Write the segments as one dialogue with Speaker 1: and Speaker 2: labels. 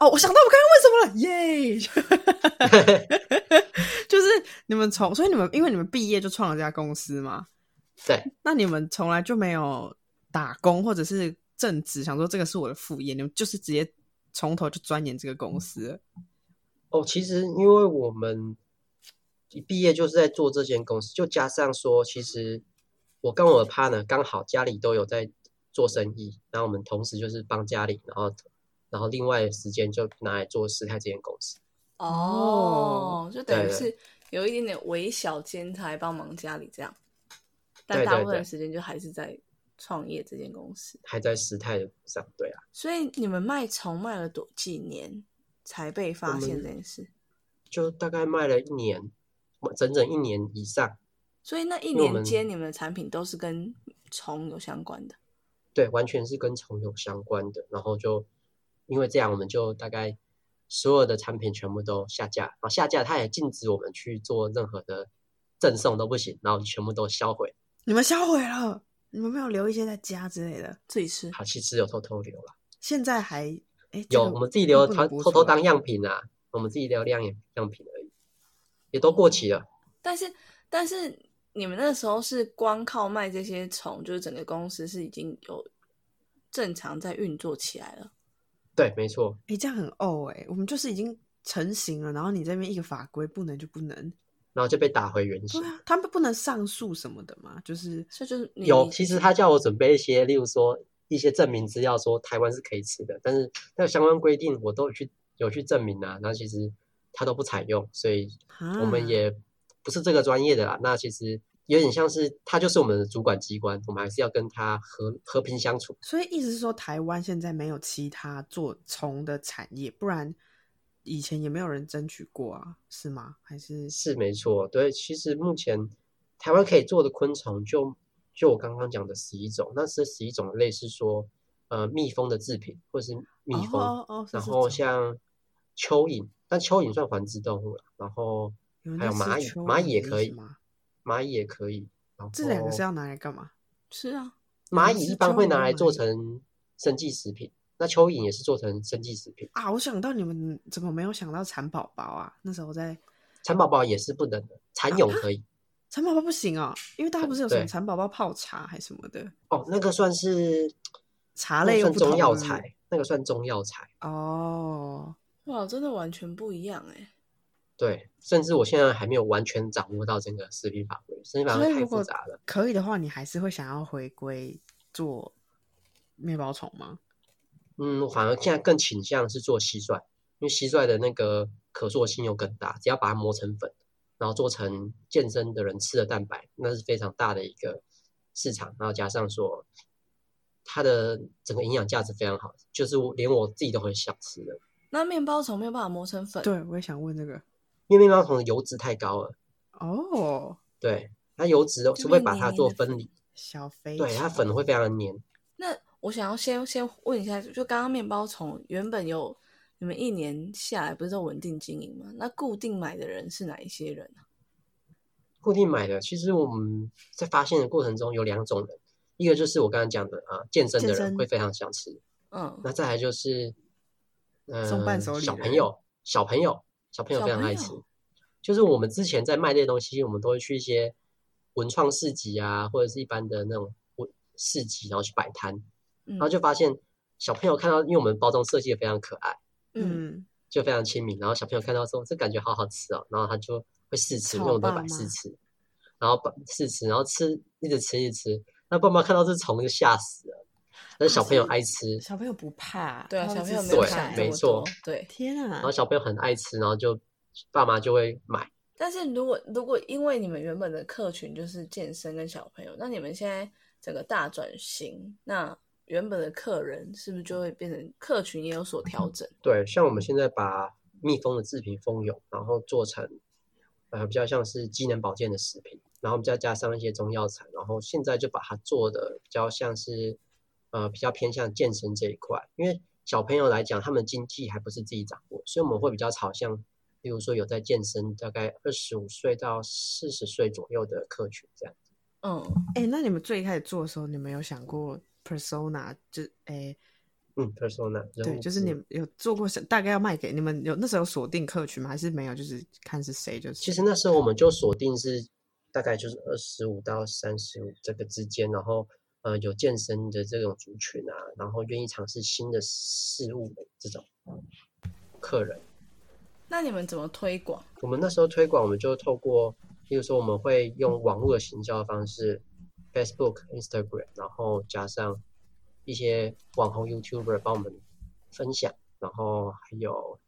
Speaker 1: 哦，我想到我刚刚问什么 了，耶！ 就是你们从，所以你们因为你们毕业就创了这家公司嘛，
Speaker 2: 对，
Speaker 1: 那你们从来就没有打工或者是正职，想说这个是我的副业，你们就是直接从头就钻研这个公司了。
Speaker 2: 哦，其实因为我们一毕业就是在做这间公司，就加上说，其实我跟我的 partner 刚好家里都有在做生意，然后我们同时就是帮家里，然后然后另外的时间就拿来做师太这间公司。
Speaker 1: 哦
Speaker 3: 哦，就等于
Speaker 2: 对对
Speaker 3: 是有一点点微小兼差帮忙家里这样，但
Speaker 2: 对
Speaker 3: 大
Speaker 2: 对
Speaker 3: 部分
Speaker 2: 对
Speaker 3: 的时间就还是在创业这间公司。
Speaker 2: 还在时态的路上，对啊，
Speaker 3: 所以你们卖虫卖了多几年才被发现这件事？
Speaker 2: 就大概卖了一年，整整一年以上，
Speaker 3: 所以那一
Speaker 2: 因为我
Speaker 3: 年
Speaker 2: 们
Speaker 3: 间，你们的产品都是跟虫有相关的。
Speaker 2: 对，完全是跟虫有相关的。然后就因为这样，我们就大概所有的产品全部都下架，然后下架它也禁止我们去做任何的赠送都不行，然后全部都销毁。
Speaker 1: 你们销毁了，你们没有留一些在家之类的。
Speaker 3: 自己吃
Speaker 2: 好，其实有偷偷留了，
Speaker 1: 现在还哎、这
Speaker 2: 有
Speaker 1: 个
Speaker 2: 我们自己留
Speaker 1: 不
Speaker 2: 偷
Speaker 1: 能播
Speaker 2: 偷
Speaker 1: 出
Speaker 2: 偷
Speaker 1: 来
Speaker 2: 当样品啊，我们自己留样样品而已，也都过期了。
Speaker 3: 但是但是你们那时候是光靠卖这些虫，就是整个公司是已经有正常在运作起来了。
Speaker 2: 对，没错，
Speaker 1: 哎、这样很哦哎、我们就是已经成型了，然后你这边一个法规不能就不能，
Speaker 2: 然后就被打回原形
Speaker 1: 对。啊，他们不能上诉什么的嘛，就是
Speaker 3: 所以就是
Speaker 1: 嗯
Speaker 3: 你
Speaker 2: 有，其实他叫我准备一些，例如说一些证明资料，说台湾是可以吃的，但是那个相关规定我都有去有去证明啊，然后其实他都不采用，所以
Speaker 1: 啊，
Speaker 2: 我们也不是这个专业的啦。那其实有点像是他就是我们的主管机关，我们还是要跟他和和平相处。
Speaker 1: 所以意思是说，台湾现在没有其他做虫的产业，不然以前也没有人争取过啊，是吗？还是
Speaker 2: 是没错，对，其实目前台湾可以做的昆虫就就我刚刚讲的十一种，那这十一种类似说呃蜜蜂的制品或是蜜蜂。
Speaker 1: 哦哦哦，是
Speaker 2: 然
Speaker 1: 是
Speaker 2: 后
Speaker 1: 是
Speaker 2: 像蚯蚓，但蚯蚓算环肢动物了。然后
Speaker 1: 有人
Speaker 2: 还有
Speaker 1: 在吃
Speaker 2: 蚂蚁，
Speaker 1: 蚯
Speaker 2: 蚂
Speaker 1: 蚓
Speaker 2: 蚁也
Speaker 1: 的意
Speaker 2: 可
Speaker 1: 思
Speaker 2: 以哦
Speaker 1: 吗，
Speaker 2: 蚂蚁也可以。然后
Speaker 1: 这两个是要拿来干嘛？
Speaker 3: 是啊，
Speaker 2: 蚂
Speaker 1: 嗯
Speaker 2: 蚁
Speaker 1: 是
Speaker 2: 一般会
Speaker 1: 蚯蚓
Speaker 2: 拿
Speaker 1: 跟
Speaker 2: 来
Speaker 1: 蚂
Speaker 2: 做
Speaker 1: 蚁
Speaker 2: 成生计食品，那蚯蚓也是做成生计食品。
Speaker 1: 啊，我想到你们怎么没有想到蚕宝宝啊？那时候我在
Speaker 2: 蚕宝宝也是不能的，蚕
Speaker 1: 啊
Speaker 2: 蛹可以。
Speaker 1: 蚕宝宝不行哦，因为大家不是有什么
Speaker 2: 对
Speaker 1: 蚕宝宝泡茶还什么的，
Speaker 2: 哦，那个算是
Speaker 1: 啊 茶
Speaker 2: 那
Speaker 1: 类
Speaker 2: 个
Speaker 1: 又
Speaker 2: 算
Speaker 1: 不同
Speaker 2: 中药
Speaker 1: 是不是
Speaker 2: 材，那个算中药材。
Speaker 1: 哦。
Speaker 3: 哇，真的完全不一样哎、
Speaker 2: 对，甚至我现在还没有完全掌握到这个食品法规，食品法
Speaker 1: 所以
Speaker 2: 规太
Speaker 1: 如
Speaker 2: 复
Speaker 1: 果
Speaker 2: 杂了。
Speaker 1: 可以的话，你还是会想要回归做面包虫吗？
Speaker 2: 嗯，反而现在更倾向是做蟋蟀，因为蟋蟀的那个可塑性又更大，只要把它磨成粉，然后做成健身的人吃的蛋白，那是非常大的一个市场。然后加上说，它的整个营养价值非常好，就是我连我自己都很想吃的，
Speaker 3: 那面包虫没有办法磨成粉，
Speaker 1: 对，我也想问这个。
Speaker 2: 因为面包虫的油脂太高了，
Speaker 1: 哦，
Speaker 2: 对它油脂
Speaker 3: 就
Speaker 2: 除非
Speaker 3: 变
Speaker 2: 把
Speaker 3: 黏
Speaker 2: 它
Speaker 3: 黏
Speaker 2: 做
Speaker 3: 的
Speaker 2: 分
Speaker 3: 粉
Speaker 2: 离，
Speaker 1: 小肥
Speaker 2: 对它
Speaker 1: 肠
Speaker 2: 粉会非常的黏。
Speaker 3: 那我想要先先问一下，就刚刚面包虫原本有你们一年下来不是都稳定经营吗？那固定买的人是哪一些人啊？
Speaker 2: 固定买的，其实我们在发现的过程中有两种人，一个就是我刚刚讲的啊，健身的
Speaker 1: 健
Speaker 2: 人
Speaker 1: 身
Speaker 2: 会非常想吃，
Speaker 3: 嗯，
Speaker 2: 那再来就是，呃，
Speaker 1: 送伴手礼
Speaker 2: 小
Speaker 1: 的
Speaker 2: 朋
Speaker 1: 人
Speaker 2: 友，小朋友，小朋友
Speaker 3: 小
Speaker 2: 非常
Speaker 3: 朋
Speaker 2: 爱吃
Speaker 3: 友。
Speaker 2: 就是我们之前在卖这些东西，我们都会去一些文创市集啊，或者是一般的那种文市集，然后去摆摊，
Speaker 3: 嗯
Speaker 2: 然后就发现小朋友看到，因为我们包装设计的非常可爱，
Speaker 3: 嗯，
Speaker 1: 嗯，
Speaker 2: 就非常亲民，然后小朋友看到说这感觉好好吃哦，然后他就会试吃，因为
Speaker 1: 炒
Speaker 2: 我们都
Speaker 1: 爸
Speaker 2: 摆试
Speaker 1: 妈
Speaker 2: 吃，然后摆试吃，然后吃一直吃一直吃，那爸妈看到这虫就吓死了，但是
Speaker 3: 啊
Speaker 2: 小朋友
Speaker 3: 所以
Speaker 2: 爱吃，
Speaker 1: 嗯小朋友不怕，
Speaker 3: 对啊，
Speaker 1: 他
Speaker 3: 小
Speaker 1: 们
Speaker 3: 朋友
Speaker 1: 只
Speaker 3: 没
Speaker 1: 是
Speaker 3: 有
Speaker 2: 对
Speaker 3: 想
Speaker 1: 怕
Speaker 3: 这
Speaker 2: 没
Speaker 3: 么
Speaker 2: 错
Speaker 3: 多，对。
Speaker 1: 天啊
Speaker 2: 然后，小朋友很爱吃，然后就爸妈就会买。
Speaker 3: 但是如果如果因为你们原本的客群就是健身跟小朋友，那你们现在整个大转型，那原本的客人是不是就会变成客群也有所调整？
Speaker 2: 对，像我们现在把蜜蜂的制品蜂蛹，然后做成呃比较像是机能保健的食品，然后我们再加上一些中药材，然后现在就把它做的比较像是呃比较偏向健身这一块，因为小朋友来讲，他们经济还不是自己掌握，所以我们会比较朝向，例如说有在健身，大概二十五岁到四十岁左右的客群这样。
Speaker 3: 嗯，
Speaker 1: 哎、那你们最开始做的时候，你们有想过 persona 就哎、
Speaker 2: 嗯，persona 人
Speaker 1: 对，
Speaker 2: 物嗯
Speaker 1: 就是
Speaker 2: 志
Speaker 1: 你们有做过，大概要卖给你们有那时候有锁定客群吗？还是没有？就是看是谁，就是
Speaker 2: 其实那时候我们就锁定是大概就是二十五到三十五这个之间，然后呃有健身的这种族群啊，然后愿意尝试新的事物的这种客人。
Speaker 3: 那你们怎么推广？
Speaker 2: 我们那时候推广，我们就透过，例如说我们会用网络的行销方式，Facebook、Instagram，然后加上一些网红 YouTuber 帮我们分享，然后还有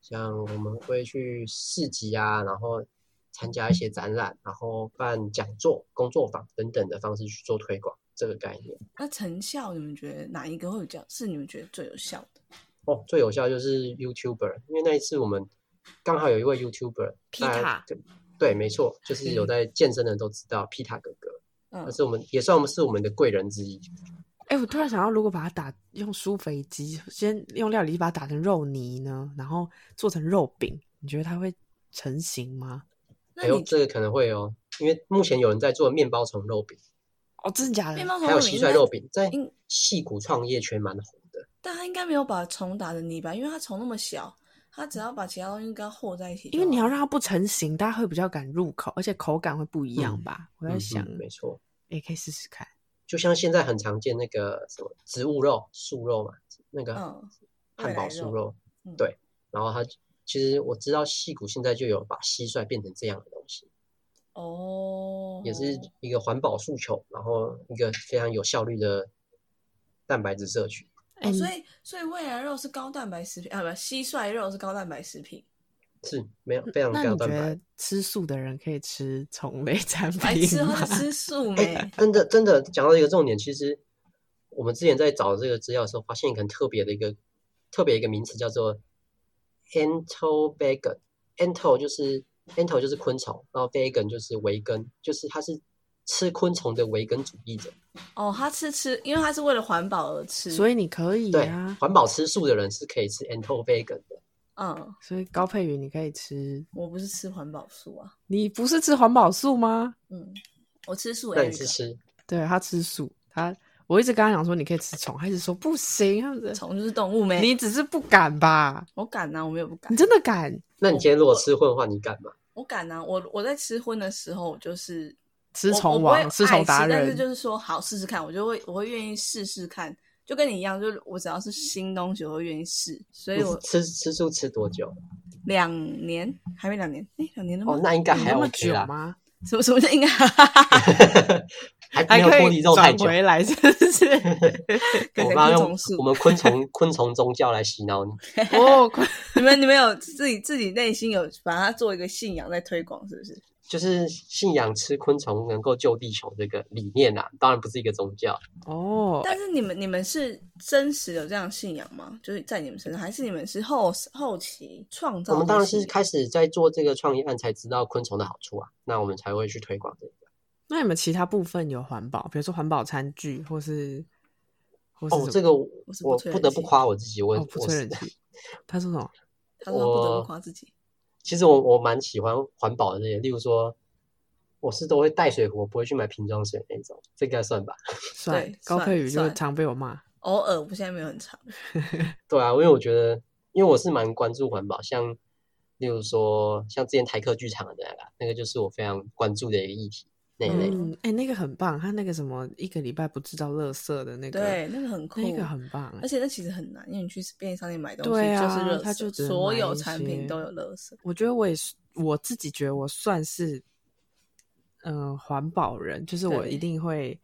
Speaker 2: 像我们会去市集啊，然后参加一些展览，然后办讲座、工作坊等等的方式去做推广这个概念。
Speaker 3: 那成效你们觉得哪一个会比较是你们觉得最有效的
Speaker 2: 哦，最有效就是 YouTuber，因为那一次我们刚好有一位 YouTuber，
Speaker 1: 皮
Speaker 2: 大家
Speaker 1: 塔
Speaker 2: 对对，没错，就是有在健身的人都知道皮塔哥哥，
Speaker 3: 嗯
Speaker 2: 他，是我们也算我们是我们的贵人之一。
Speaker 1: 哎、我突然想到，如果把它打用酥肥鸡，先用料理把它打成肉泥呢，然后做成肉饼，你觉得它会成型吗？
Speaker 3: 那
Speaker 2: 哎呦，
Speaker 3: 你
Speaker 2: 这个可能会哦，因为目前有人在做面包虫肉饼，
Speaker 1: 哦，真的假
Speaker 3: 面
Speaker 1: 的？
Speaker 3: 包虫
Speaker 2: 还有蟋蟀肉，饼，在
Speaker 3: 应
Speaker 2: 戏骨创业圈蛮红的。
Speaker 3: 但他应该没有把虫打成泥巴，因为他虫那么小，他只要把其他东西跟它和在一起就
Speaker 1: 因
Speaker 3: 好了。
Speaker 1: 为你要让它不成型，大家会比较敢入口，而且口感会不一样吧？我在
Speaker 2: 嗯
Speaker 1: 想，
Speaker 2: 嗯没错，
Speaker 1: 也、可以试试看。
Speaker 2: 就像现在很常见那个什么植物肉、素肉嘛，那个
Speaker 3: 嗯
Speaker 2: 汉堡
Speaker 3: 未来
Speaker 2: 素
Speaker 3: 肉
Speaker 2: 肉，
Speaker 3: 嗯
Speaker 2: 对。然后它其实我知道戏骨现在就有把蟋蟀变成这样的东西，
Speaker 3: 哦，
Speaker 2: 也是
Speaker 1: 嗯
Speaker 2: 一个环保诉求，然后一个非常有效率的蛋白质摄取。
Speaker 1: 哎、
Speaker 3: 哦
Speaker 1: 你
Speaker 3: 所以所以未来肉是高蛋白食品啊，不，蟋蟀肉是高蛋白食 品，
Speaker 2: 是没有非常
Speaker 1: 嗯那
Speaker 2: 非常
Speaker 1: 你
Speaker 2: 蛋
Speaker 1: 觉
Speaker 2: 白
Speaker 1: 得。吃素的人可以吃虫类产
Speaker 3: 白
Speaker 1: 品
Speaker 3: 痴
Speaker 1: 吗
Speaker 3: 他？是吃素
Speaker 1: 哎
Speaker 3: 没？
Speaker 2: 哎真的真的讲到一个重点，其实我们之前在找这个资料的时候，发现一个很特别的一个特别一个名词叫做 ento vegan。ento 就是 ento 就是昆虫，然后 vegan 就是维根，就是它是吃昆虫的维根主义者。
Speaker 3: 哦，他吃吃，因为他是为了环保而吃，
Speaker 1: 所
Speaker 3: 以
Speaker 1: 以你可以
Speaker 2: 对
Speaker 1: 啊，，
Speaker 2: 环保吃素的人是可以吃 ento vegan 的。
Speaker 3: 嗯，
Speaker 1: 所以高佩云你可以吃，
Speaker 3: 我不是吃环保素啊，
Speaker 1: 你不是吃环保素吗？
Speaker 3: 嗯，我吃素
Speaker 2: 那
Speaker 3: 而已
Speaker 2: 你。是吃
Speaker 1: 对他吃素，他我一直跟他讲说你可以吃虫，他一直说不行，他们
Speaker 3: 虫就是动物没？
Speaker 1: 你只是不敢吧？
Speaker 3: 我敢呐、啊，我没有不敢
Speaker 1: 你，真的敢？
Speaker 2: 那你今天如果吃荤的话，你敢吗？
Speaker 3: 我敢呐、啊，我我在吃荤的时候我就是
Speaker 1: 吃
Speaker 3: 我
Speaker 1: 虫
Speaker 3: 我不
Speaker 1: 王，
Speaker 3: 会
Speaker 1: 吃
Speaker 3: 爱
Speaker 1: 虫达
Speaker 3: 但是
Speaker 1: 人，
Speaker 3: 就是说好试试看，我就会我会愿意试试看，就跟你一样，就是我只要是新东西我会愿意试，所以
Speaker 2: 你
Speaker 3: 我
Speaker 2: 吃吃素吃多久？
Speaker 3: 两年还没两年，哎、两年了吗？
Speaker 2: 哦，那应该
Speaker 1: 你嗯
Speaker 2: 还
Speaker 1: 那么
Speaker 2: OK
Speaker 1: 久
Speaker 2: 啦，
Speaker 1: 吗？
Speaker 3: 什么什么叫应该？
Speaker 2: 还
Speaker 1: 还
Speaker 2: 没有
Speaker 1: 可
Speaker 2: 脱
Speaker 1: 以
Speaker 2: 离肉太
Speaker 1: 转
Speaker 2: 久。
Speaker 1: 回来，是不 是？
Speaker 2: 我们要
Speaker 3: 改成昆
Speaker 2: 用
Speaker 3: 虫术
Speaker 2: 我们昆虫昆虫宗教来洗脑你。
Speaker 1: 哦，快
Speaker 3: 你们你们有自己自己内心有把它做一个信仰在推广，是不是？
Speaker 2: 就是信仰吃昆虫能够救地球这个理念啊，当然不是一个宗教。
Speaker 1: 哦，
Speaker 3: 但是你们你们是真实有这样的信仰吗？就是在你们身上，还是你们是后后期创造
Speaker 2: 我
Speaker 3: 的信仰？
Speaker 2: 们当然是开始在做这个创业案才知道昆虫的好处啊，那我们才会去推广这个。
Speaker 1: 那你们其他部分有环保，比如说环保餐具，或是或
Speaker 2: 哦，
Speaker 1: 是
Speaker 2: 这
Speaker 1: 什么
Speaker 2: 个我
Speaker 3: 是不
Speaker 2: 我
Speaker 3: 吹
Speaker 2: 不
Speaker 3: 冷
Speaker 2: 得不
Speaker 3: 气
Speaker 2: 夸我自己，我
Speaker 1: 哦，不
Speaker 2: 我
Speaker 1: 吹
Speaker 2: 是
Speaker 1: 冷气，他说什 么？
Speaker 3: 他说他不得
Speaker 2: 我
Speaker 3: 不夸自己。
Speaker 2: 其实我我蛮喜欢环保的那些，例如说，我是都会带水壶，我不会去买瓶装水那种，这个算吧？
Speaker 1: 算
Speaker 3: 对
Speaker 1: 高
Speaker 3: 算
Speaker 1: 佩宇就
Speaker 3: 算
Speaker 1: 常被我骂，
Speaker 3: 偶尔，我现在没有很长。
Speaker 2: 对啊，因为我觉得，因为我是蛮关注环保，像例如说，像之前台客剧场的那个，那个就是我非常关注的一个议题那一类。
Speaker 1: 嗯，哎、那个很棒，他那个什么一个礼拜不制造垃圾的那个，
Speaker 3: 对，那个很酷，
Speaker 1: 那个很棒、
Speaker 3: 而
Speaker 1: 哎
Speaker 3: 且那其实很难，因为你去便利商店买东西
Speaker 1: 对啊
Speaker 3: 就是垃圾，
Speaker 1: 它就只能
Speaker 3: 所
Speaker 1: 买
Speaker 3: 有
Speaker 1: 一
Speaker 3: 产
Speaker 1: 些
Speaker 3: 品都有垃圾。
Speaker 1: 我觉得我也是，我自己觉得我算是，嗯、环保人，就是我
Speaker 3: 对
Speaker 1: 一定会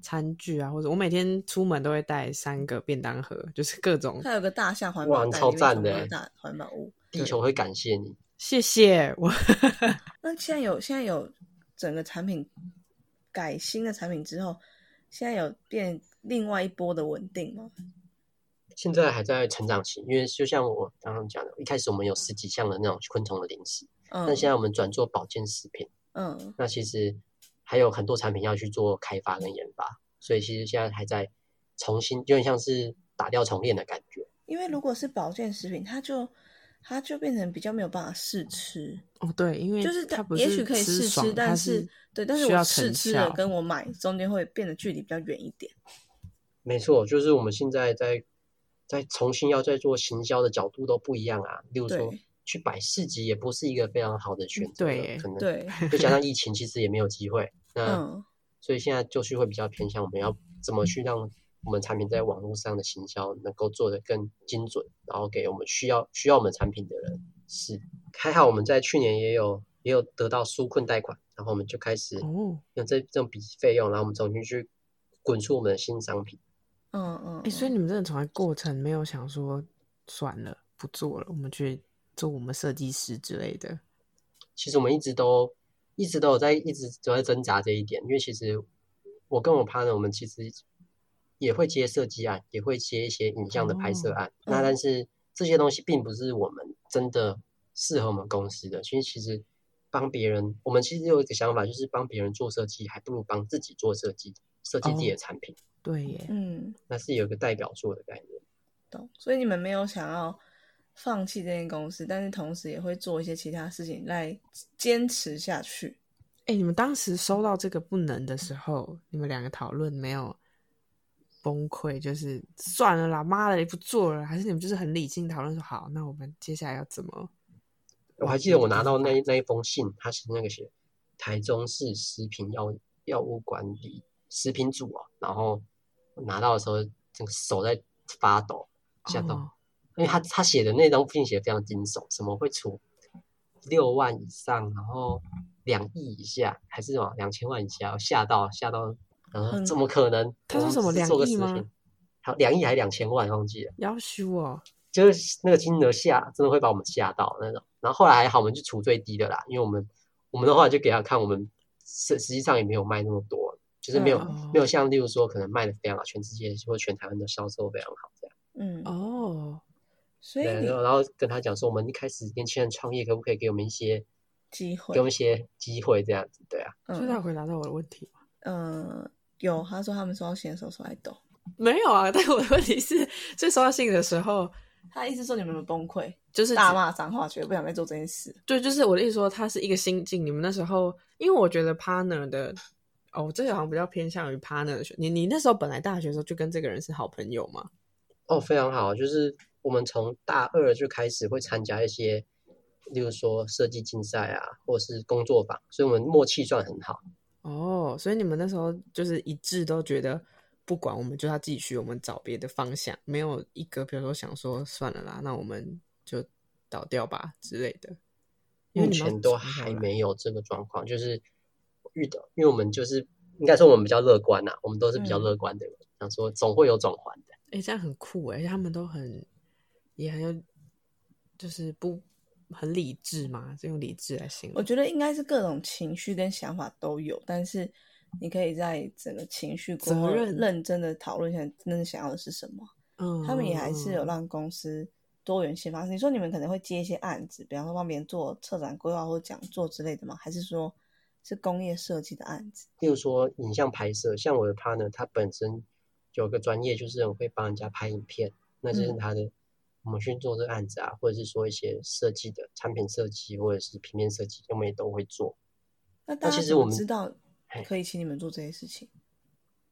Speaker 1: 餐具啊，或者我每天出门都会带三个便当盒，就是各种。
Speaker 3: 它有个大象环
Speaker 2: 哇
Speaker 3: 保袋，
Speaker 2: 超
Speaker 3: 里
Speaker 2: 赞
Speaker 3: 面装
Speaker 2: 的
Speaker 3: 了
Speaker 2: 欸
Speaker 3: 大环保物。
Speaker 2: 地球会感谢你。
Speaker 1: 谢谢我，
Speaker 3: 那现在有现在有整个产品改新的产品之后，现在有变另外一波的稳定吗？
Speaker 2: 现在还在成长期，因为就像我刚刚讲的，一开始我们有十几项的那种昆虫的零食，
Speaker 3: 嗯，
Speaker 2: 但现在我们转做保健食品，
Speaker 3: 嗯，
Speaker 2: 那其实还有很多产品要去做开发跟研发，所以其实现在还在重新，有点像是打掉重练的感觉。
Speaker 3: 因为如果是保健食品，它就它就变成比较没有办法试吃，
Speaker 1: 哦对，因为
Speaker 3: 就是
Speaker 1: 它
Speaker 3: 它
Speaker 1: 不
Speaker 3: 也
Speaker 1: 是
Speaker 3: 许可以
Speaker 1: 吃
Speaker 3: 试
Speaker 1: 爽
Speaker 3: 吃，
Speaker 1: 它
Speaker 3: 但
Speaker 1: 是
Speaker 3: 对，但是
Speaker 1: 需要
Speaker 3: 我
Speaker 1: 成
Speaker 3: 试吃了
Speaker 1: 效
Speaker 3: 跟我买中间会变得距离比较远一点。
Speaker 2: 没错，就是我们现在在在重新要再做行销的角度都不一样啊。例如说
Speaker 3: 对，
Speaker 2: 去摆市集也不是一个非常好的选择
Speaker 1: 对
Speaker 2: 了，
Speaker 1: 耶
Speaker 2: 可能
Speaker 3: 对，
Speaker 2: 再 加上疫情，其实也没有机会。那
Speaker 3: 嗯，
Speaker 2: 所以现在就是会比较偏向我们要怎么去让我们产品在网络上的行销能够做得更精准，然后给我们需要需要我们产品的人是还好我们在去年也有也有得到纾困贷款，然后我们就开始
Speaker 1: 哦，
Speaker 2: 用这这笔费用，然后我们重新去滚出我们的新商品。
Speaker 3: 嗯嗯，
Speaker 1: 哎、所以你们真的从来过程没有想说算了不做了，我们去做我们设计师之类的。
Speaker 2: 其实我们一直都一直都有在一直都在挣扎这一点，因为其实我跟我 partner 我们其实也会接设计案，也会接一些影像的拍摄案。那
Speaker 3: 嗯
Speaker 2: 但是这些东西并不是我们真的适合我们公司的，因为其实帮别人，我们其实有一个想法，就是帮别人做设计，还不如帮自己做设计，设计自己的产品，
Speaker 1: 对耶，
Speaker 3: 嗯，
Speaker 2: 那是有一个代表作的概念。
Speaker 3: 懂。所以你们没有想要放弃这间公司，但是同时也会做一些其他事情来坚持下去。
Speaker 1: 哎、你们当时收到这个不能的时候，你们两个讨论没有崩溃？就是算了啦，妈的，不做了，还是你们就是很理性讨论说好，那我们接下来要怎么？
Speaker 2: 我还记得我拿到那一那一封信，它是那个写台中市食品药药物管理食品组哦，然后我拿到的时候，整个手在发抖，吓到，
Speaker 1: 哦
Speaker 2: 因为他他写的那张信写得非常惊悚，什么会出六万以上，然后两亿以下，还是什么两千万以下，我吓到吓到，然后
Speaker 3: 很
Speaker 2: 怎么可能？
Speaker 1: 他说什么
Speaker 2: 我们只是做个
Speaker 1: 2亿
Speaker 2: 食
Speaker 1: 吗
Speaker 2: 品？好，两亿还是两千万，忘记了。
Speaker 1: 要修哦，
Speaker 2: 就是那个金额吓，真的会把我们吓到那种。然后后来还好，我们就处最低的啦，因为我们我们的话就给他看，我们实实际上也没有卖那么多，就是没有、
Speaker 1: 嗯
Speaker 3: 哦
Speaker 2: 没有像例如说可能卖的非常好，全世界或全台湾的销售非常好这样。
Speaker 3: 嗯，
Speaker 1: 哦，
Speaker 3: 所以
Speaker 2: 对，
Speaker 3: 你
Speaker 2: 然后然后跟他讲说，我们一开始年轻人创业可不可以给我们一些
Speaker 3: 机会
Speaker 2: 给我，们一些机会这样子？对啊，
Speaker 1: 所以他有
Speaker 3: 嗯
Speaker 1: 回答到我的问题吗
Speaker 3: 呃，有，他说他们收到信的时候手还抖，
Speaker 1: 没有啊，但 我的问题是，最收到信的时候，
Speaker 3: 他意思说你们有没有崩溃，
Speaker 1: 就是
Speaker 3: 大
Speaker 1: 只
Speaker 3: 骂脏话，绝对不想再做这件事。
Speaker 1: 对，就是我的意思说，它是一个心境。你们那时候，因为我觉得 partner 的，哦，这个好像比较偏向于 partner 的选。你你那时候本来大学的时候就跟这个人是好朋友嘛？
Speaker 2: 哦，非常好，就是我们从大二就开始会参加一些，例如说设计竞赛啊，或者是工作坊，所以我们默契算很好。
Speaker 1: 哦，所以你们那时候就是一致都觉得，不管我们就要继续，我们找别的方向，没有一个比如说想说算了啦，那我们就倒掉吧之类的。因为
Speaker 2: 目
Speaker 1: 你们
Speaker 2: 前
Speaker 1: 要
Speaker 2: 都
Speaker 1: 从
Speaker 2: 还
Speaker 1: 头来
Speaker 2: 没有这个状况，就是遇到，因为我们就是应该说我们比较乐观呐、我们都是比较
Speaker 3: 嗯
Speaker 2: 乐观的人，想说总会有转圜的。
Speaker 1: 哎、这样很酷哎、而且他们都很也很有，就是不很理智嘛，就用理智来形
Speaker 3: 我
Speaker 1: 容。
Speaker 3: 觉得应该是各种情绪跟想法都有，但是你可以在整个情绪过后
Speaker 1: 责任
Speaker 3: 认真的讨论一下，真正想要的是什么。
Speaker 1: 嗯，
Speaker 3: 他们也还是有
Speaker 2: 哦
Speaker 1: 嗯
Speaker 3: 让公司多元性发生。你说你们可能会接一些案子，比方说帮别人做策展规划或讲座之类的吗？还是说是工业设计的案子？
Speaker 2: 例如说影像拍摄，像我的 partner 他本身有个专业就是我会帮人家拍影片，那就是
Speaker 3: 嗯
Speaker 2: 他的、我们去做这个案子啊，或者是说一些设计的产品设计或者是平面设计，我们也都会做。
Speaker 3: 那大家
Speaker 2: 其实
Speaker 3: 怎么
Speaker 2: 我们
Speaker 3: 知道
Speaker 2: 嘿
Speaker 3: 可以请你们做这些事情？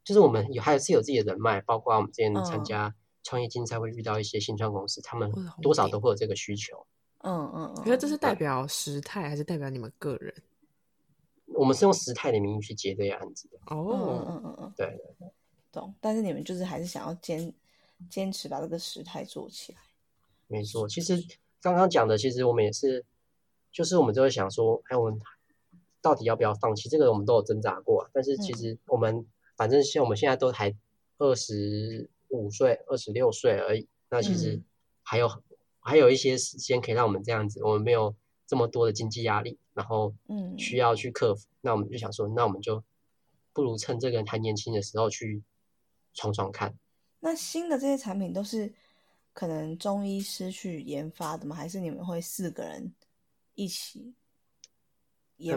Speaker 2: 就是我们有还是有自己的人脉，包括我们之前参
Speaker 3: 嗯
Speaker 2: 加创业竞赛会遇到一些新创公司，他们
Speaker 1: 或者红
Speaker 2: 多少
Speaker 1: 点
Speaker 2: 都会有这个需求。
Speaker 3: 嗯嗯嗯，
Speaker 1: 可是这是代
Speaker 2: 对
Speaker 1: 表时态，还是代表你们个人？
Speaker 2: 我们是用时态的名义去接这些案子的。
Speaker 3: 嗯嗯
Speaker 1: 哦，
Speaker 3: 嗯嗯嗯，
Speaker 2: 对，
Speaker 3: 懂。但是你们就是还是想要坚坚持把这个时态做起来。
Speaker 2: 没错。其实刚刚讲的，其实我们也是，就是我们就会想说，哎，我们到底要不要放弃？这个我们都有挣扎过啊、但是其
Speaker 3: 嗯
Speaker 2: 实我们、反正像我们现在都还二十五岁、二十六岁而已，那其实
Speaker 3: 嗯
Speaker 2: 还有、还有一些时间可以让我们这样子，我们没有这么多的经济压力，然后
Speaker 3: 嗯
Speaker 2: 需要去克服。那我们就想说，那我们就不如趁这个还年轻的时候去闯闯看。
Speaker 3: 那新的这些产品都是可能中医师去研发的吗？还是你们会四个人一起
Speaker 2: 呃
Speaker 3: 研发？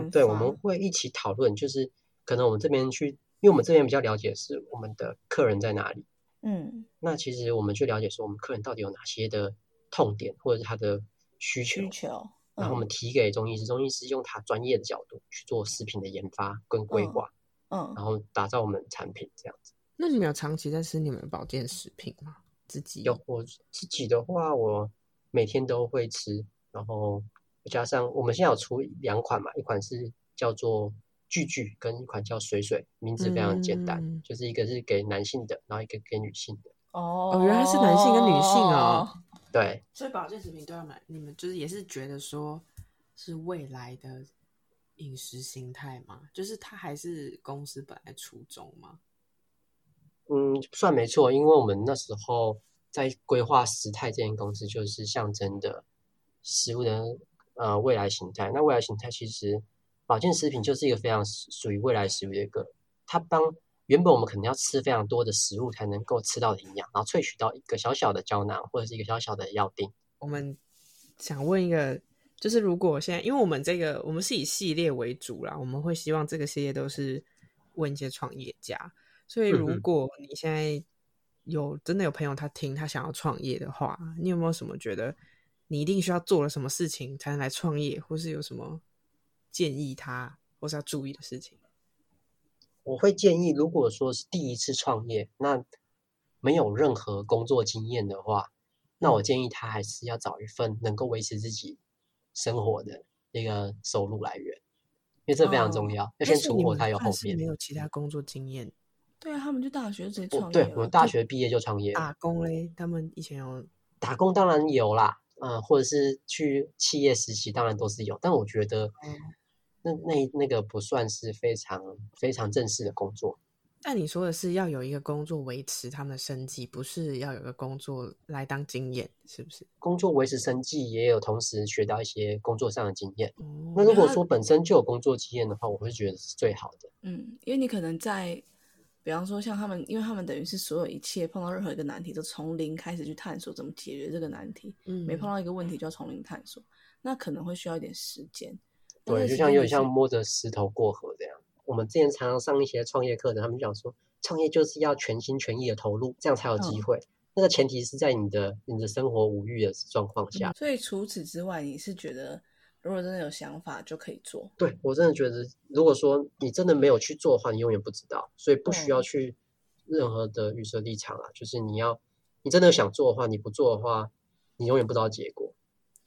Speaker 2: 嗯，对，我们会一起讨论，就是可能我们这边去，因为我们这边比较了解是我们的客人在哪里。
Speaker 3: 嗯
Speaker 2: 那其实我们去了解说，我们客人到底有哪些的痛点，或者是他的需求，嗯
Speaker 3: 需求，
Speaker 2: 然后我们提给中医师，中医师用他专业的角度去做食品的研发跟规
Speaker 3: 嗯
Speaker 2: 划，
Speaker 3: 嗯
Speaker 2: 然后打造我们的产品这样子。
Speaker 1: 那你们有长期在吃你们的保健食品吗？自己
Speaker 2: 有我自己的话，我每天都会吃，然后加上我们现在有出两款嘛，一款是叫做聚聚，跟一款叫水水，名字非常简单，
Speaker 1: 嗯
Speaker 2: 就是一个是给男性的，然后一个给女性的。
Speaker 3: 哦
Speaker 1: 哦原来是男性跟女性哦。
Speaker 2: 对，
Speaker 1: 所以保健食品都要买，你们就是也是觉得说是未来的饮食形态吗？就是它还是公司本来初衷吗？
Speaker 2: 嗯，算没错，因为我们那时候在规划时态这间公司，就是象征的食物的呃未来形态。那未来形态其实保健食品就是一个非常属属于未来食物的一个，它帮原本我们可能要吃非常多的食物才能够吃到的营养，然后萃取到一个小小的胶囊或者是一个小小的药锭。
Speaker 1: 我们想问一个，就是如果现在，因为我们这个我们是以系列为主啦，我们会希望这个系列都是问一些创业家，所以
Speaker 2: 嗯
Speaker 1: 如
Speaker 2: 哼
Speaker 1: 果你现在有真的有朋友他听他想要创业的话，你有没有什么觉得你一定需要做了什么事情才能来创业，或是有什么建议他或是要注意的事情？
Speaker 2: 我会建议，如果说是第一次创业，那没有任何工作经验的话，那
Speaker 1: 嗯
Speaker 2: 我建议他还是要找一份能够维持自己生活的一个收入来源，因为这非常重要，要
Speaker 1: 哦但
Speaker 2: 先
Speaker 1: 是
Speaker 2: 存
Speaker 1: 你
Speaker 2: 活
Speaker 1: 们
Speaker 2: 才有
Speaker 1: 算
Speaker 2: 后
Speaker 1: 是
Speaker 2: 面嗯
Speaker 1: 没。有其他工作经验，
Speaker 3: 对啊，他们就大学直接
Speaker 2: 我
Speaker 3: 创业
Speaker 2: 对
Speaker 3: 了。
Speaker 2: 我大学毕业就创业了，
Speaker 1: 打工嘞，他们以前有
Speaker 2: 打工当然有啦，呃，或者是去企业实习，当然都是有。但我觉
Speaker 1: 哦
Speaker 2: 得那那那个不算是非常非常正式的工作。
Speaker 1: 但你说的是要有一个工作维持他们的生计，不是要有一个工作来当经验，是不是？
Speaker 2: 工作维持生计，也有同时学到一些工作上的经验。
Speaker 1: 哦
Speaker 2: 那如果
Speaker 3: 嗯那
Speaker 2: 说本身就有工作经验的话，我会觉得是最好的。
Speaker 3: 嗯，因为你可能在，比方说像他们，因为他们等于是所有一切碰到任何一个难题，都从零开始去探索怎么解决这个难题。
Speaker 1: 嗯
Speaker 3: 每碰到一个问题就要从零探索，那可能会需要一点时间。但
Speaker 2: 对，
Speaker 3: 是
Speaker 2: 就
Speaker 3: 时
Speaker 2: 像
Speaker 3: 间
Speaker 2: 有
Speaker 3: 也
Speaker 2: 点像
Speaker 3: 是
Speaker 2: 摸着石头过河这样。我们之前常常上一些创业课的，他们就讲说，创业就是要全心全意的投入，这样才有机
Speaker 3: 嗯
Speaker 2: 会。那个前提是在你的你的生活无虞的状况下。
Speaker 3: 嗯所以除此之外，你是觉得如果真的有想法就可以做，
Speaker 2: 对我真的觉得，如果说你真的没有去做的话，你永远不知道，所以不需要
Speaker 3: 对
Speaker 2: 去任何的预设立场啊。就是你要，你真的想做的话，你不做的话，你永远不知道结果。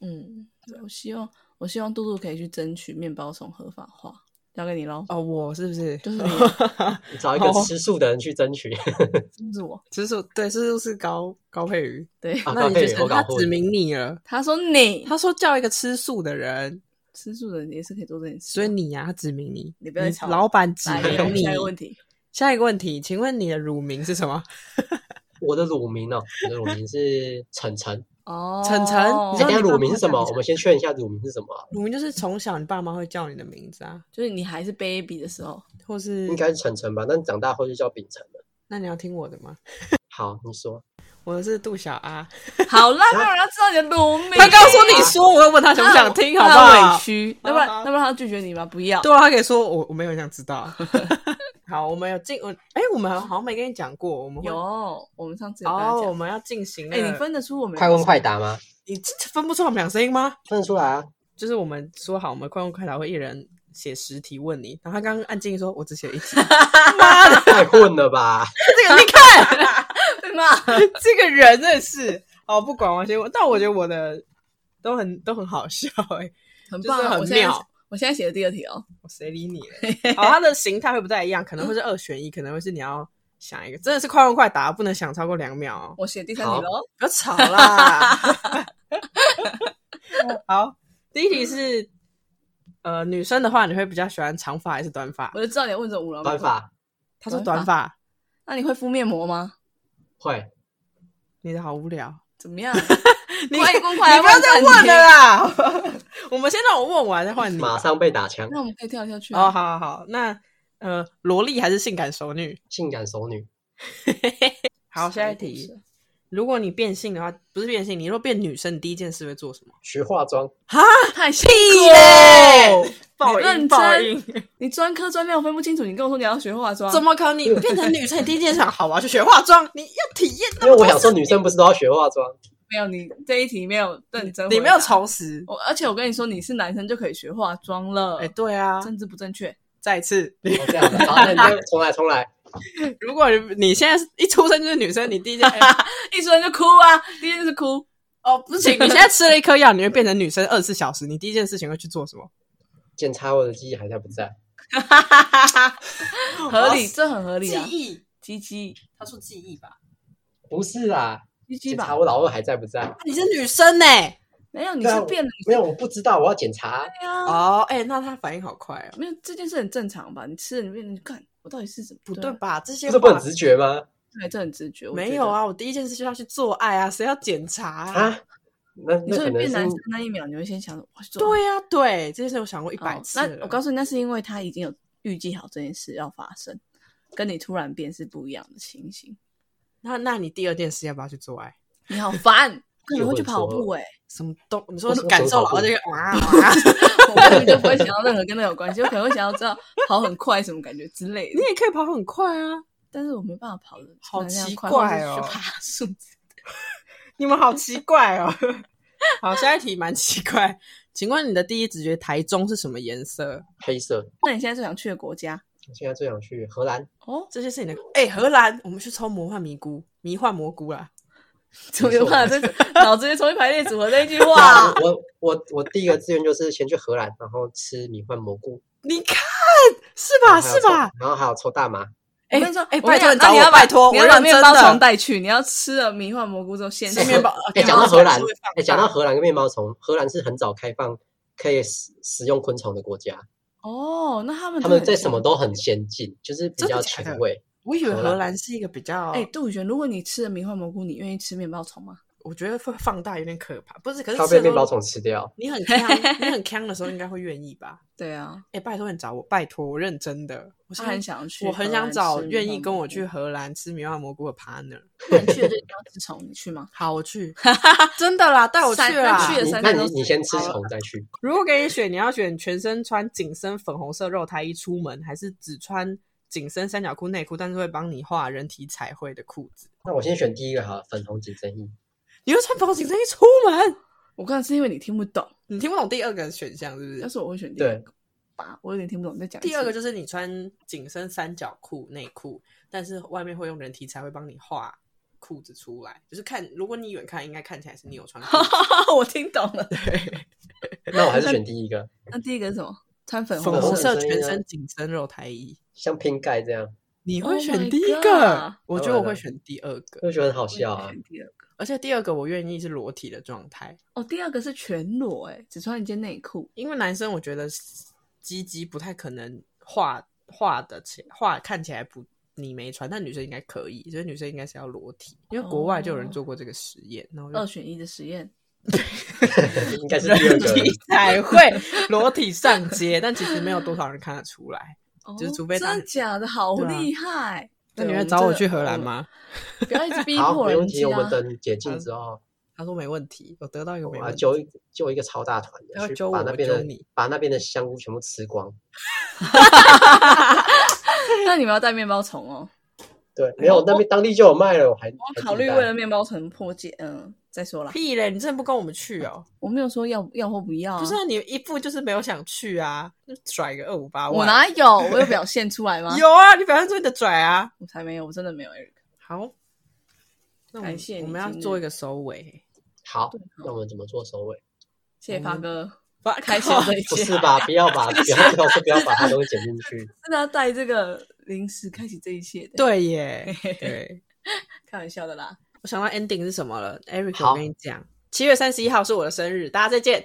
Speaker 3: 嗯，我希望我希望杜杜可以去争取面包虫合法化，交给你喽。
Speaker 1: 哦，我是不是？
Speaker 3: 就是你
Speaker 1: 你，
Speaker 2: 你找一个
Speaker 1: 哦
Speaker 2: 吃素的人去争取。
Speaker 3: 是我，
Speaker 1: 就是对，这就是高高佩瑜，
Speaker 3: 对，
Speaker 2: 啊
Speaker 1: 那
Speaker 2: 高
Speaker 1: 你
Speaker 2: 佩
Speaker 1: 就
Speaker 2: 瑜
Speaker 1: 是
Speaker 2: 我搞
Speaker 1: 他
Speaker 2: 混
Speaker 1: 指
Speaker 2: 了
Speaker 1: 明你了。
Speaker 3: 他说你
Speaker 1: 他说叫一个吃素的人，
Speaker 3: 吃素的人也是可以做这件事，
Speaker 1: 所以你啊呀、他指明你，
Speaker 3: 你不要再吵了
Speaker 1: 老板指
Speaker 3: 来，
Speaker 1: 明你。
Speaker 3: 下一个问题，
Speaker 1: 下一个问题，请问你的乳名是什么？
Speaker 2: 我的乳名哦，我的乳名是晨晨。
Speaker 3: 哦，
Speaker 1: 晨晨你
Speaker 2: 哎
Speaker 1: 知道
Speaker 2: 等一下
Speaker 1: 你爸
Speaker 2: 乳名
Speaker 1: 妈
Speaker 2: 是什
Speaker 1: 叫
Speaker 2: 么
Speaker 1: 你？
Speaker 2: 我
Speaker 1: 晨
Speaker 2: 们先确认一下乳名是什么啊，
Speaker 1: 乳名就是从小你爸妈会叫你的名字啊，
Speaker 3: 就是你还是 baby 的时候，
Speaker 1: 或是
Speaker 2: 应该是晨晨吧？但长大后就叫秉承了。
Speaker 1: 那你要听我的吗？
Speaker 2: 好，你说。
Speaker 1: 我的是杜小阿。
Speaker 3: 好啦，当然要知道你的乳名。
Speaker 1: 他刚说你说，我又问他想不想听，好不好？
Speaker 3: 委屈，要不然要不然他拒绝你吧，不要。
Speaker 1: 嗯对啊，他可以说我我没有很想知 道。好，我们有进我哎、我们好像没跟你讲过，我们会
Speaker 3: 有，我们上次有跟他
Speaker 1: 哦，我
Speaker 3: 讲。
Speaker 1: 们要进行那
Speaker 3: 哎，
Speaker 1: 个。
Speaker 3: 你分得出我们
Speaker 2: 快问快答吗？
Speaker 1: 你这分不出我们俩声音吗？
Speaker 2: 分得出 来啊！
Speaker 1: 就是我们说好，我们快问快答会一人写十题问你，然后他刚刚按静音说，我只写一题。妈的，
Speaker 2: 太混了 吧！
Speaker 1: 这个你看，
Speaker 3: 对吗？
Speaker 1: 这个人真的是哦，不管我先问，但我觉得我的都很都很好笑哎、
Speaker 3: 很棒
Speaker 1: 就是
Speaker 3: 啊，
Speaker 1: 很
Speaker 3: 我现在
Speaker 1: 妙
Speaker 3: 我现在写的第二题哦，
Speaker 1: 我谁理你 了？好，它的形态会不太一样，可能会是二选一，可能会是你要想一个，真的是快问快答，不能想超过两秒哦。
Speaker 3: 我写第三题喽。
Speaker 1: 不要吵啦！ 好，第一题是，呃，女生的话，你会比较喜欢长发还是短发
Speaker 3: 我？就知道你要问这种五郎
Speaker 2: 短，发
Speaker 1: 他说短
Speaker 3: 短
Speaker 1: 发，
Speaker 3: 那你会敷面膜吗？
Speaker 2: 会，
Speaker 1: 你的好无聊，
Speaker 3: 怎 么样？
Speaker 1: 你
Speaker 3: 快
Speaker 1: 你
Speaker 3: 问
Speaker 1: 不
Speaker 3: 快答
Speaker 1: 要再
Speaker 3: 问
Speaker 1: 问了啦！ 我们先让我问完再换你吧。
Speaker 2: 马上被 打枪。
Speaker 3: 那我们可以跳下去
Speaker 1: 哦，好好
Speaker 3: 啊。
Speaker 1: 好，那呃，萝莉还是性感熟女？
Speaker 2: 性感熟女，
Speaker 1: 好，下一题，如果你变性的话，不是变性，你如果变女生，你第一件事会做什么？
Speaker 2: 学化妆。
Speaker 3: 太辛
Speaker 1: 屁
Speaker 3: 苦
Speaker 1: 耶
Speaker 3: 了！
Speaker 1: 报
Speaker 3: 你
Speaker 1: 应
Speaker 3: 认真
Speaker 1: 报应。
Speaker 3: 你专科专料分不清楚，你跟我说你要学化妆，
Speaker 1: 怎么可能？你变成女生，你第一件想好啊，去学化妆，你要体验那
Speaker 2: 因
Speaker 1: 么多
Speaker 2: 为我
Speaker 1: 事。
Speaker 2: 想说，女生不是都要学化妆？哦
Speaker 3: 没有你这一题没有认真回答，
Speaker 1: 你没有重拾。
Speaker 3: 我，而且我跟你说，你是男生就可以学化妆了
Speaker 1: 哎、，对啊，
Speaker 3: 政治不正确。
Speaker 1: 再一次，
Speaker 2: 哦这样的，好，那你就重来，重来。
Speaker 1: 如果你你现在是一出生就是女生，你 第一件
Speaker 3: 一说就哭啊，第一件事哭。哦，不
Speaker 1: 事情，
Speaker 3: 行，
Speaker 1: 你现在吃了一颗药，你会变成女生二十四小时，你第一件事情会去做什么？
Speaker 2: 检查我的记忆还在不在？
Speaker 3: 合理，这很合理啊。
Speaker 1: 忆，
Speaker 3: 鸡鸡，
Speaker 1: 他说记忆吧？
Speaker 2: 不是啦，
Speaker 3: 鸡鸡
Speaker 2: 检
Speaker 3: 吧
Speaker 2: 查？我老二还在不在？
Speaker 1: 啊你是女生欸呢、
Speaker 3: 没有，你
Speaker 2: 对啊
Speaker 3: 是
Speaker 2: 我
Speaker 3: 变了
Speaker 2: 没有，我不知道，我要检查。
Speaker 3: 对啊。
Speaker 1: 哦，哎、那他反应好快哦。
Speaker 3: 没有这件事很正常吧？你吃了里面，你看我到底是怎么
Speaker 1: 不对
Speaker 3: 啊
Speaker 1: 吧？这些
Speaker 2: 不是不很直觉吗？
Speaker 3: 对，这很直觉。我
Speaker 1: 没
Speaker 3: 觉
Speaker 1: 有
Speaker 3: 得，
Speaker 1: 啊！我第一件事就要去做爱啊，谁要检查啊？
Speaker 2: 啊，那
Speaker 3: 你
Speaker 2: 那
Speaker 3: 说
Speaker 2: 可
Speaker 3: 你
Speaker 2: 能
Speaker 3: 变
Speaker 2: 是
Speaker 3: 男生那一秒，你会先想着我去做
Speaker 1: 对呀、啊对，这件事我想过一百
Speaker 3: 哦
Speaker 1: 次了、
Speaker 3: 那我告诉你，那是因为他已经有预计好这件事要发生，跟你突然变是不一样的情形。
Speaker 1: 那那你第二件事要不要去做爱？
Speaker 3: 你好 烦，可能会去
Speaker 2: 结婚
Speaker 3: 跑
Speaker 2: 之后
Speaker 3: 步哎、
Speaker 1: 什么都你
Speaker 2: 我
Speaker 1: 说
Speaker 2: 是
Speaker 1: 感受
Speaker 2: 走跑
Speaker 1: 老
Speaker 2: 步
Speaker 1: 这个哇哇，
Speaker 3: 我根本就不会想到任何跟那有关系，我可能会想要知道跑很快什么感觉之类
Speaker 1: 你
Speaker 3: 的。
Speaker 1: 也可以跑很快啊！
Speaker 3: 但是我没办法跑的，
Speaker 1: 好奇怪哦
Speaker 3: 去爬树。
Speaker 1: 你们好奇怪哦。 好，下一题蛮奇怪，请问你的第一直觉台中是什么颜色？
Speaker 2: 黑色。
Speaker 3: 那你现在最想去的国 家？
Speaker 2: 我现在最想去荷兰，
Speaker 3: 哦，
Speaker 1: 这些是你的哎、荷兰，我们去抽魔幻迷菇，迷幻蘑菇啦。
Speaker 3: 怎么有办法？这脑子里重新排列组合这一句
Speaker 2: 哇
Speaker 3: 话，！
Speaker 2: 我我我第一个志愿就是先去荷兰，然后吃米饭蘑菇，
Speaker 1: 你看是吧？
Speaker 2: 啊然后还有
Speaker 1: 是吧
Speaker 2: 抽？？然后还有抽大麻，
Speaker 3: 我跟你说，
Speaker 1: 哎
Speaker 3: 我跟
Speaker 1: 拜
Speaker 3: 你
Speaker 1: 托你
Speaker 3: 讲那
Speaker 1: 找
Speaker 3: 你
Speaker 1: 我
Speaker 3: 要把
Speaker 1: 拜托
Speaker 3: 你
Speaker 1: 我
Speaker 3: 要把
Speaker 1: 认
Speaker 3: 面
Speaker 1: 真
Speaker 3: 包
Speaker 1: 的
Speaker 3: 虫带去，你要吃了迷幻蘑菇之后，现
Speaker 1: 吃
Speaker 3: 在
Speaker 1: 面包
Speaker 2: 哎，
Speaker 1: 面
Speaker 2: 讲
Speaker 1: 包
Speaker 2: 到
Speaker 1: 虫
Speaker 2: 荷兰
Speaker 1: 是会放，
Speaker 2: 哎，讲到
Speaker 1: 大
Speaker 2: 荷兰跟面包虫，荷兰是很早开放可以使使用昆虫的国家，
Speaker 3: 哦，那他们
Speaker 2: 他
Speaker 3: 都
Speaker 2: 们
Speaker 3: 很
Speaker 2: 在什么都很先进，就是比
Speaker 1: 真的
Speaker 2: 较
Speaker 1: 假的
Speaker 2: 前卫。
Speaker 1: 我以为荷
Speaker 2: 荷兰
Speaker 1: 兰是一个比较，
Speaker 3: 哎、杜宇轩，如果你吃了迷幻蘑菇，你愿意吃面包虫吗？
Speaker 1: 我觉得会放大有点可怕。不是，可是
Speaker 2: 它
Speaker 1: 吃
Speaker 2: 被
Speaker 1: 的
Speaker 2: 面
Speaker 1: 时
Speaker 2: 包
Speaker 1: 候
Speaker 2: 虫吃掉，
Speaker 1: 你很呛，你很呛的时候应该会愿意吧？
Speaker 3: 对 啊，
Speaker 1: 哎、拜托你找我，拜托我认真的，我
Speaker 3: 他
Speaker 1: 现
Speaker 3: 很
Speaker 1: 在
Speaker 3: 想去，
Speaker 1: 我很想找愿意跟我去。荷兰吃米饭蘑菇的 partner。
Speaker 3: 那你去的这地方吃虫，你去吗？
Speaker 1: 好，我 去，真的啦，带我
Speaker 3: 三
Speaker 1: 去啦
Speaker 3: 那去。了
Speaker 2: 你
Speaker 3: 三
Speaker 2: 那
Speaker 3: 天
Speaker 2: 你
Speaker 3: 都啊
Speaker 2: 你
Speaker 3: 死
Speaker 2: 先吃
Speaker 3: 光了
Speaker 2: 虫再去，
Speaker 1: 如果给你选，你要选全身穿紧身粉红色肉台衣出门，还是只穿紧身三角裤内裤，但是会帮你画人体彩绘的裤子？
Speaker 2: 那我先选第一个好了，粉红紧身衣。
Speaker 1: 你会穿粉红紧身衣出门？
Speaker 3: 我刚才是因为你听不懂，
Speaker 1: 你听不懂第二个选项是不
Speaker 3: 要
Speaker 1: 是？
Speaker 3: 是我会选第二
Speaker 2: 对
Speaker 3: 个吧，我有点听不懂你在讲一次。
Speaker 1: 第 二个就是你穿紧身三角裤内裤，但是外面会用人体彩绘帮你画裤子出来，就是看如果你远看应该看起来是你有穿 裤子。
Speaker 3: 我听懂了。
Speaker 2: 那我还是选第一个，
Speaker 3: 那第一个是什么？穿粉
Speaker 1: 粉红
Speaker 2: 红
Speaker 1: 色
Speaker 2: 色
Speaker 1: 全
Speaker 2: 衣啊
Speaker 1: 身紧身肉台衣，
Speaker 2: 像拼盖这样，
Speaker 1: 你
Speaker 3: Oh
Speaker 1: 会
Speaker 3: my
Speaker 1: 选第一个
Speaker 3: God 哦
Speaker 1: 我觉得我会选第二个，
Speaker 2: 就觉得很好
Speaker 3: 我
Speaker 2: 笑
Speaker 3: 也
Speaker 2: 啊
Speaker 3: 选。第二个
Speaker 1: 而且第二个我愿意是裸体的状态，
Speaker 3: 哦，第二个是全裸、哎，只穿一件内裤。
Speaker 1: 因为男生我觉得鸡鸡不太可能画画的起画看起来不你没穿，但女生应该可以，所以女生应该是要裸体，因为国外就有人
Speaker 3: 哦
Speaker 1: 做过这个实验，然后就
Speaker 3: 二选一的实验，
Speaker 2: 应该是第二
Speaker 1: 人
Speaker 2: 个，
Speaker 1: 体彩绘， 裸体上街，但其实没有多少人看得出来。
Speaker 3: 哦
Speaker 1: 就是除非他
Speaker 3: 真的假的，好
Speaker 1: 对啊
Speaker 3: 厉害！
Speaker 1: 那你
Speaker 3: 对我
Speaker 1: 会
Speaker 3: 们
Speaker 1: 找
Speaker 3: 真
Speaker 1: 我
Speaker 3: 的
Speaker 1: 去荷兰？吗？
Speaker 3: 我们不要一直 逼
Speaker 2: 好，
Speaker 3: 迫
Speaker 2: 没问
Speaker 3: 人啊
Speaker 2: 题。
Speaker 3: 家。
Speaker 2: 我们等解禁之后，
Speaker 1: 他说没问题，我得到一个
Speaker 2: 我
Speaker 1: 没
Speaker 2: 要
Speaker 1: 问题。
Speaker 2: 揪一揪一个超大团
Speaker 1: 要
Speaker 2: 的，去
Speaker 1: 揪
Speaker 2: 把
Speaker 1: 我
Speaker 2: 那
Speaker 1: 我
Speaker 2: 边
Speaker 1: 揪
Speaker 2: 的
Speaker 1: 你
Speaker 2: 把那边的香菇全部吃光。
Speaker 3: 那你们要带面包虫哦。
Speaker 2: 对，没有那边当地就有卖了，我还
Speaker 3: 我
Speaker 2: 还
Speaker 3: 考虑
Speaker 2: 自己带
Speaker 3: 为了面包虫破戒，嗯，再说啦，
Speaker 1: 屁嘞！你真的不跟我们去哦？
Speaker 3: 我没有说要要或不要、啊，
Speaker 1: 不是、啊，你一副就是没有想去啊，就拽个二五八万。
Speaker 3: 我哪有，我有表现出来吗？
Speaker 1: 有啊？你表现出你的拽啊！
Speaker 3: 我才没有，我真的没有，Eric。
Speaker 1: 好，那我
Speaker 3: 感
Speaker 1: 们
Speaker 3: 谢你
Speaker 1: 我们要
Speaker 3: 今日
Speaker 1: 做一个收尾。
Speaker 2: 好
Speaker 3: 对，
Speaker 2: 那我们怎么做收尾？
Speaker 3: 谢谢
Speaker 1: 嗯
Speaker 3: 发哥，
Speaker 1: 哇
Speaker 3: 开心
Speaker 1: 靠
Speaker 3: 这一
Speaker 2: 不
Speaker 3: 切，啊
Speaker 2: 是 吧？不要把，不要告诉不要把它东西剪进去。
Speaker 3: 是他带这个零食开启这一切的，，
Speaker 1: 对耶，对。
Speaker 3: 开玩笑的啦。
Speaker 1: 我想到 ending 是什么了，Eric，
Speaker 2: 好
Speaker 1: 我跟你讲，七月三十一号是我的生日，大家再见。